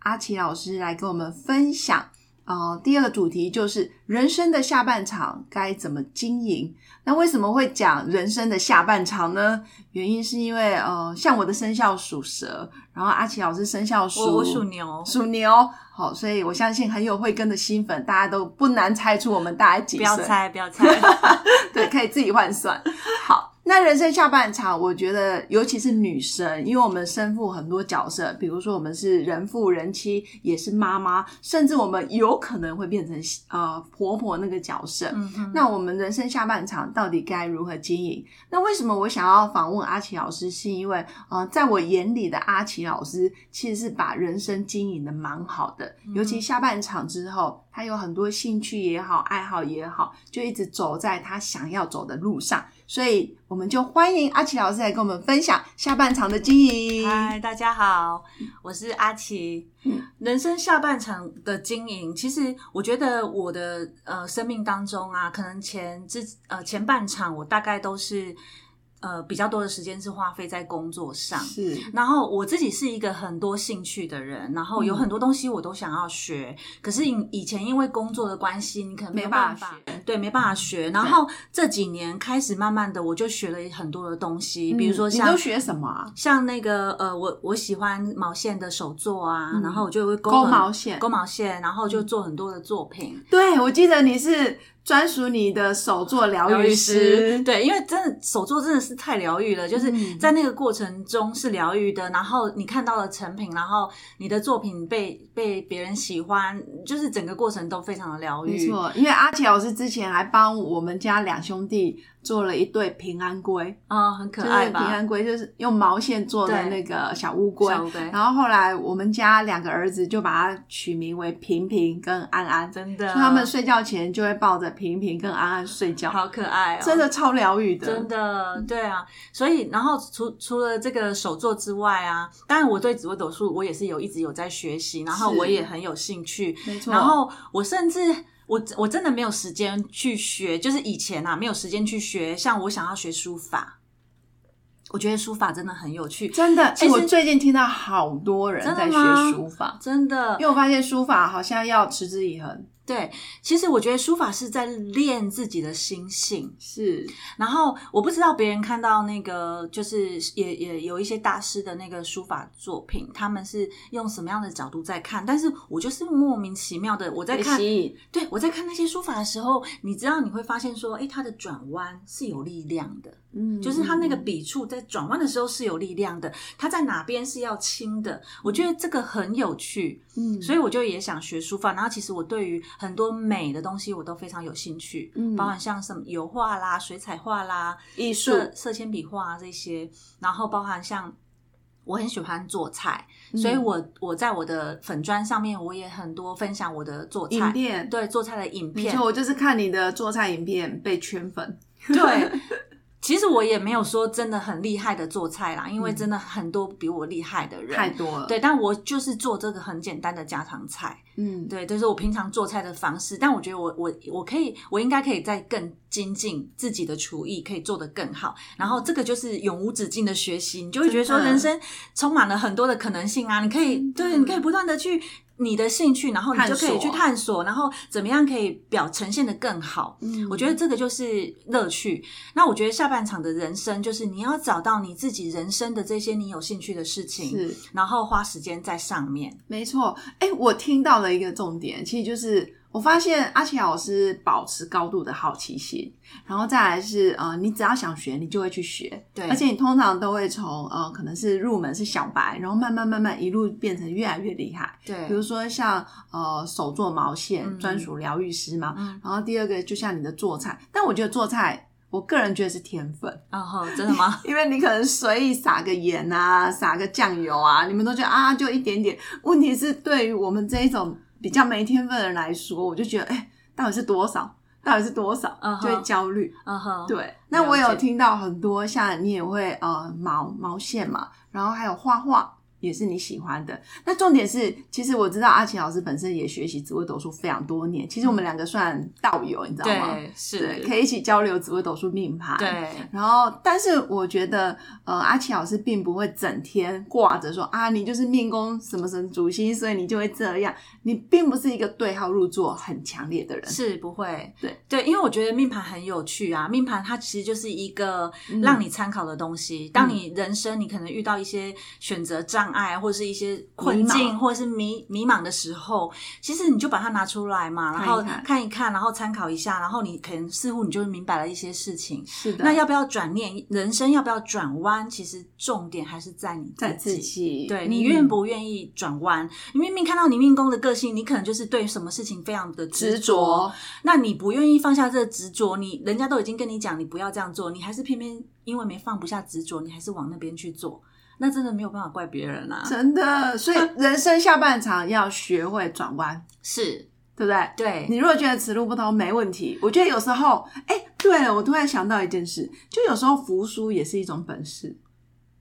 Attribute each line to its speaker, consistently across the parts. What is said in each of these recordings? Speaker 1: 阿奇老师来跟我们分享。呃，第二个主题就是人生的下半场该怎么经营。那为什么会讲人生的下半场呢？原因是因为呃，像我的生肖属蛇，然后阿奇老师生肖属
Speaker 2: 我我属牛，
Speaker 1: 属牛，好，所以我相信很有慧根的新粉，大家都不难猜出我们大概几
Speaker 2: 不
Speaker 1: 岁。
Speaker 2: 要猜，不要猜。
Speaker 1: 对，可以自己换算。好，那人生下半场，我觉得尤其是女生，因为我们身负很多角色，比如说我们是人父、人妻，也是妈妈，甚至我们有可能会变成呃婆婆那个角色。
Speaker 2: 嗯 哼，
Speaker 1: 那我们人生下半场到底该如何经营？那为什么我想要访问阿奇老师？是因为呃，在我眼里的阿奇老师其实是把人生经营的蛮好的，
Speaker 2: 嗯
Speaker 1: 尤其下半场之后，他有很多兴趣也好，爱好也好，就一直走在他想要走的路上。所以我们就欢迎阿奇老师来跟我们分享下半场的经营。
Speaker 2: 嗨，大家好，我是阿奇。
Speaker 1: 嗯
Speaker 2: 人生下半场的经营，其实我觉得我的呃生命当中啊，可能前之呃前半场我大概都是呃比较多的时间是花费在工作上。
Speaker 1: 是，
Speaker 2: 然后我自己是一个很多兴趣的人，然后有
Speaker 1: 嗯
Speaker 2: 很多东西我都想要学，可是以以前因为工作的关系，你可能没有
Speaker 1: 没
Speaker 2: 办
Speaker 1: 办
Speaker 2: 法
Speaker 1: 法学
Speaker 2: 对，没办法学。然后这几年开始，慢慢的我就学了很多的东西，比如说
Speaker 1: 嗯你
Speaker 2: 像
Speaker 1: 都。学什么啊？
Speaker 2: 像那个呃，我我喜欢毛线的手作啊，
Speaker 1: 嗯
Speaker 2: 然后我就会勾
Speaker 1: 勾
Speaker 2: 很
Speaker 1: 毛线嗯
Speaker 2: 勾毛线，然后就做很多的作品。
Speaker 1: 对，我记得你是专属你的手作疗
Speaker 2: 疗
Speaker 1: 愈
Speaker 2: 愈
Speaker 1: 师
Speaker 2: 师，。对，因为真的手作真的是太疗愈了，就是
Speaker 1: 嗯
Speaker 2: 在那个过程中是疗愈的，然后你看到了成品，然后你的作品被被别人喜欢，就是整个过程都非常的疗愈。
Speaker 1: 没错，因为阿奇老师之前还帮我们家两兄弟做了一对平安龟，
Speaker 2: 啊、很可
Speaker 1: 就是
Speaker 2: 爱
Speaker 1: 平
Speaker 2: 吧？
Speaker 1: 安龟就是用毛线做的
Speaker 2: 对
Speaker 1: 那个小乌龟。
Speaker 2: 小乌龟
Speaker 1: 然后后来我们家两个儿子就把它取名为平平跟安安，所
Speaker 2: 真的，
Speaker 1: 以他们睡觉前就会抱着平平跟安安睡觉，
Speaker 2: 好可爱哦，
Speaker 1: 真的超疗愈的。
Speaker 2: 真的，对啊，所以然后除除了这个手作之外啊，当然我对紫微斗数我也是有一直有在学习，然后
Speaker 1: 是
Speaker 2: 我也很有兴趣，
Speaker 1: 没错。
Speaker 2: 然后我甚至。我我真的没有时间去学，就是以前啊没有时间去学，像我想要学书法，我觉得书法真的很有趣，
Speaker 1: 真的，哎，
Speaker 2: 其实
Speaker 1: 我最近听到好多人
Speaker 2: 真的
Speaker 1: 在学
Speaker 2: 吗
Speaker 1: 书法，
Speaker 2: 真的
Speaker 1: 因为我发现书法好像要持之以恒。
Speaker 2: 对。其实我觉得书法是在练自己的心性，
Speaker 1: 是，
Speaker 2: 然后我不知道别人看到那个，就是也也有一些大师的那个书法作品，他们是用什么样的角度在看？但是我就是莫名其妙的，我在
Speaker 1: 被
Speaker 2: 看，
Speaker 1: 吸引，
Speaker 2: 对我在看那些书法的时候，你知道你会发现说，诶，它的转弯是有力量的，
Speaker 1: 嗯
Speaker 2: 就是它那个
Speaker 1: 嗯
Speaker 2: 笔触在转弯的时候是有力量的，它在哪边是要轻的，我觉得这个很有趣，
Speaker 1: 嗯，
Speaker 2: 所以我就也想学书法。然后其实我对于很多美的东西我都非常有兴趣，
Speaker 1: 嗯
Speaker 2: 包含像什么油画啦、水彩画啦。
Speaker 1: 艺术
Speaker 2: 色色铅笔画啊这些，然后包含像我很喜欢做菜，
Speaker 1: 嗯
Speaker 2: 所以我我在我的粉砖上面我也很多分享我的做
Speaker 1: 影
Speaker 2: 菜，
Speaker 1: 片，
Speaker 2: 对做菜的影
Speaker 1: 没
Speaker 2: 片
Speaker 1: 错，，我就是看你的做菜影片被圈粉，
Speaker 2: 对。其实我也没有说真的很厉害的做菜啦，因为真的很多比我厉害的
Speaker 1: 嗯太
Speaker 2: 人。
Speaker 1: 多了。，
Speaker 2: 对，但我就是做这个很简单的家常菜，
Speaker 1: 嗯，
Speaker 2: 对，这、是我平常做菜的方式。但我觉得我我我可以，我应该可以再更精进自己的厨艺，可以做得更好。然后这个就是永无止境的学习，你就会觉得说
Speaker 1: 嗯真的
Speaker 2: 人生充满了很多的可能性啊！你可以
Speaker 1: 真的
Speaker 2: 对，你可以不断的去你的兴趣，然后你就可以去
Speaker 1: 探索
Speaker 2: 探索，然后怎么样可以表呈现的更好。
Speaker 1: 嗯
Speaker 2: 我觉得这个就是乐趣。那我觉得下半场的人生就是你要找到你自己人生的这些你有兴趣的事情，
Speaker 1: 是
Speaker 2: 然后花时间在上面。
Speaker 1: 没错。哎，我听到了一个重点，其实就是我发现阿奇老师保持高度的好奇心，然后再来是呃，你只要想学，你就会去学，
Speaker 2: 对，
Speaker 1: 而且你通常都会从呃，可能是入门是小白，然后慢慢慢慢一路变成越来越厉害。
Speaker 2: 对，
Speaker 1: 比如说像呃手做毛线
Speaker 2: 嗯
Speaker 1: 专属疗愈师嘛，
Speaker 2: 嗯
Speaker 1: 然后第二个就像你的做菜，但我觉得做菜。我个人觉得是天分，
Speaker 2: 然后嗯真的吗？
Speaker 1: 因为你可能随意撒个盐啊，撒个酱油啊，你们都觉得啊就一点点。问题是对于我们这一种比较没天分的人来说，我就觉得哎、到底是多少？到底是多少
Speaker 2: 嗯哼
Speaker 1: 就会焦虑。
Speaker 2: 嗯哼，
Speaker 1: 对，那我有
Speaker 2: 了解
Speaker 1: 听到很多，像你也会呃毛毛线嘛，然后还有画画也是你喜欢的。那重点是，其实我知道阿奇老师本身也学习紫微斗数非常多年，其实我们两个算道友，你知道吗？
Speaker 2: 嗯对是，
Speaker 1: 可以一起交流紫微斗数命盘。。
Speaker 2: 对，
Speaker 1: 然后，但是我觉得，呃，阿奇老师并不会整天挂着说啊，你就是命宫什么什么主星，所以你就会这样。你并不是一个对号入座很强烈的人，
Speaker 2: 是不会，
Speaker 1: 对
Speaker 2: 对，因为我觉得命盘很有趣啊，命盘它其实就是一个
Speaker 1: 嗯
Speaker 2: 让你参考的东西。当你人生你可能遇到一些选择障碍，或是一些困
Speaker 1: 迷
Speaker 2: 境，
Speaker 1: 茫
Speaker 2: 或者是迷迷茫的时候，其实你就把它拿出来嘛，然后
Speaker 1: 看一看
Speaker 2: 看一看，然后参考一下，然后你可能似乎你就会明白了一些事情。
Speaker 1: 是啊的。
Speaker 2: 那要不要转念？人生要不要转弯？其实重点还是在你
Speaker 1: 在自己，
Speaker 2: 对
Speaker 1: 嗯
Speaker 2: 你愿不愿意转弯？你明明看到你命宫的个性，你可能就是对什么事情非常的
Speaker 1: 执
Speaker 2: 执着
Speaker 1: 着，，
Speaker 2: 那你不愿意放下这个执着，你人家都已经跟你讲你不要这样做，你还是偏偏因为没放不下执着，你还是往那边去做，那真的没有办法怪别人啊。
Speaker 1: 真的， 所以人生下半场要学会转弯，
Speaker 2: 是，
Speaker 1: 对不对？
Speaker 2: 对，
Speaker 1: 你如果觉得此路不通，没问题。我觉得有时候，哎、对了，我突然想到一件事，就有时候服输也是一种本事。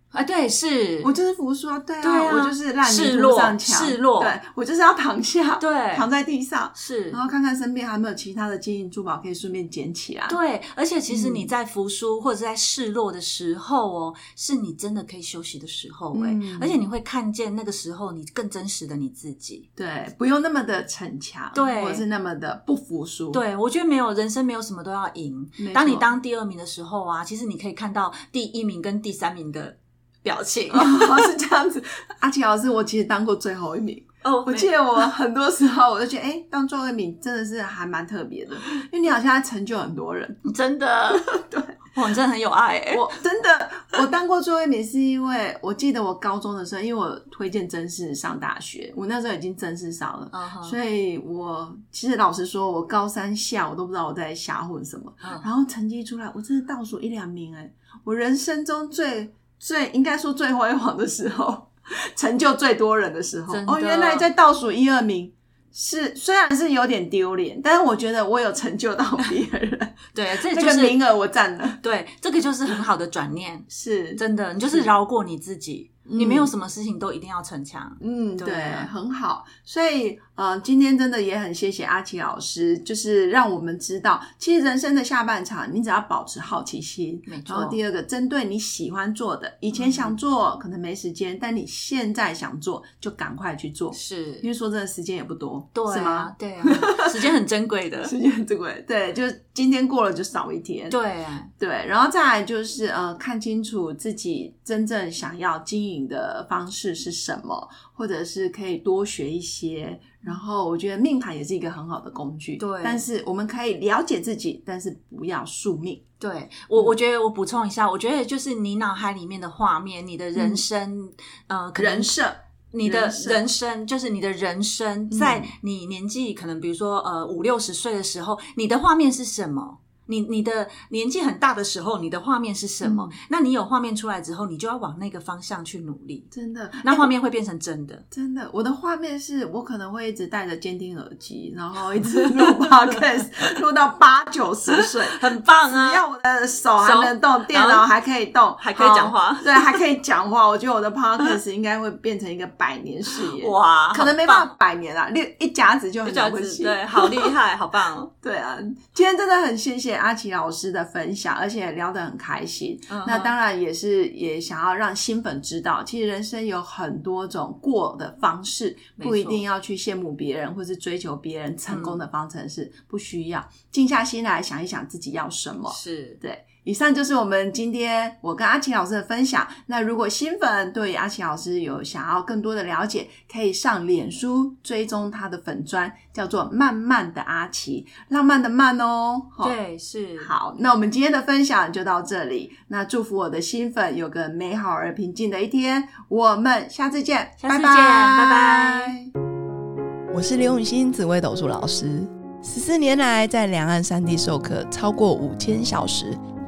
Speaker 2: 啊，对，是，
Speaker 1: 我就是服输啊，对啊，
Speaker 2: 对啊
Speaker 1: 我就是烂泥
Speaker 2: 示
Speaker 1: 扶
Speaker 2: 弱
Speaker 1: 上墙，
Speaker 2: 示弱
Speaker 1: 对我就是要躺下，
Speaker 2: 对，
Speaker 1: 躺在地上，
Speaker 2: 是
Speaker 1: 然。后看看身边还有没有其他的金银珠宝可以顺便捡起来。
Speaker 2: 对，而且其实
Speaker 1: 嗯
Speaker 2: 你在服输或者是在示弱的时候哦，是你真的可以休息的时候哎、
Speaker 1: 嗯
Speaker 2: 而且你会看见那个时候你更真实的你自己。
Speaker 1: 对，不用那么的逞强，
Speaker 2: 对
Speaker 1: 或者是那么的不服输，，
Speaker 2: 对，我觉得没有人生没有什么都要赢
Speaker 1: 没。
Speaker 2: 当你
Speaker 1: 错
Speaker 2: 当第二名的时候啊，其实你可以看到第一名跟第三名的表 情。
Speaker 1: 哦，是这样子。阿奇老师，我其实当过最后一名。
Speaker 2: 哦
Speaker 1: 我记得我很多时候我就觉得，哎、当最后一名真的是还蛮特别的，因为你好像在成就很多 人。
Speaker 2: 真的，
Speaker 1: 对，
Speaker 2: 哇，你真的很有爱哎、
Speaker 1: 我真的，我当过最后一名是因为我记得我高中的时候，因为我推荐真试上大学，我那时候已经真试上了。
Speaker 2: 嗯哼
Speaker 1: 所以我其实老实说，我高三下我都不知道我在瞎混什么，
Speaker 2: 嗯
Speaker 1: 然后成绩出来，我真的倒数一两名哎、我人生中最最应该说最辉煌的时候，成就最多人的时候
Speaker 2: 真，的
Speaker 1: 哦，原来在倒数一二名。是，虽然是有点丢脸，但是我觉得我有成就到别人，
Speaker 2: 对，这
Speaker 1: 这
Speaker 2: 就
Speaker 1: 个
Speaker 2: 是
Speaker 1: 名额我占了。
Speaker 2: 对，这个就是很好的转念，
Speaker 1: 是，
Speaker 2: 真的，你就是饶过你自己，
Speaker 1: 嗯
Speaker 2: 你没有什么事情都一定要逞强。
Speaker 1: 嗯，
Speaker 2: 对啊
Speaker 1: 对，很好。所以，呃，今天真的也很谢谢阿奇老师，就是让我们知道，其实人生的下半场，你只要保持好奇心，
Speaker 2: 没错嗯
Speaker 1: 然后第二个，针对你喜欢做的，以前想做、可能没时间，但你现在想做就赶快去做，
Speaker 2: 是
Speaker 1: 哦因为说真的，时间也不多，
Speaker 2: 对
Speaker 1: 是吗
Speaker 2: 啊？，对啊，时间很珍 贵的。
Speaker 1: 时间很珍贵，对，就是今天过了就少一天，
Speaker 2: 对，
Speaker 1: 对，然后再来就是呃，看清楚自己真正想要经营的方式是什么，或者是可以多学一些。然后我觉得命盘也是一个很好的工具，
Speaker 2: 对
Speaker 1: 但是我们可以了解自己，但是不要宿命。
Speaker 2: 对我，
Speaker 1: 嗯
Speaker 2: 我觉得我补充一下，我觉得就是你脑海里面的画面，你的人生，呃，可
Speaker 1: 嗯
Speaker 2: 能
Speaker 1: 人设，
Speaker 2: 你的
Speaker 1: 人生
Speaker 2: 人生嗯就是你的人生，在你年纪可能比如说呃五六十岁的时候，你的画面是什么？你你的年纪很大的时候，你的画面是什么？那你有画面出来之后，你就要往那个方向去努力，
Speaker 1: 真的，
Speaker 2: 那画面会变成真的。
Speaker 1: 真的，我的画面是我可能会一直戴着监听耳机，然后一 直录 podcast，录到八九十岁，
Speaker 2: 很棒啊！
Speaker 1: 只要我的手还能动，电
Speaker 2: 然
Speaker 1: 脑
Speaker 2: 后
Speaker 1: 还可以动，
Speaker 2: 还可以讲话
Speaker 1: 好对，还可以讲话。 我觉得我的 podcast 应该会变成一个百年事业，
Speaker 2: 哇，
Speaker 1: 可能没
Speaker 2: 好
Speaker 1: 办
Speaker 2: 棒
Speaker 1: 法百年啦，六一甲子就很
Speaker 2: 这
Speaker 1: 了
Speaker 2: 样
Speaker 1: 不
Speaker 2: 子，
Speaker 1: 起。
Speaker 2: 对，好厉害，好棒哦！
Speaker 1: 对啊，今天真的很谢谢阿奇老师的分享，而且聊得很开心。
Speaker 2: 嗯哼
Speaker 1: 那当然也是也想要让新粉知道，其实人生有很多种过的方式，
Speaker 2: 没错嗯
Speaker 1: 不一定要去羡慕别人或是追求别人成功的方程式，不需要。静下心来想一想自己要什么，
Speaker 2: 是，
Speaker 1: 对，以上就是我们今天我跟阿奇老师的分享。那如果新粉对于阿奇老师有想要更多的了解，可以上脸书追踪他的粉砖，叫做“慢慢的阿奇”，浪漫的慢哦。齁，
Speaker 2: 对，是，
Speaker 1: 好，那我们今天的分享就到这里。那祝福我的新粉有个美好而平静的一天。我们下次见，
Speaker 2: 下次
Speaker 1: 拜
Speaker 2: 见
Speaker 1: 拜
Speaker 2: 拜拜。
Speaker 3: 我是刘永新，紫微斗数老师。十四年来，在两岸三地授课超过五千小时，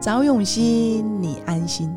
Speaker 1: 找永熙，你安心。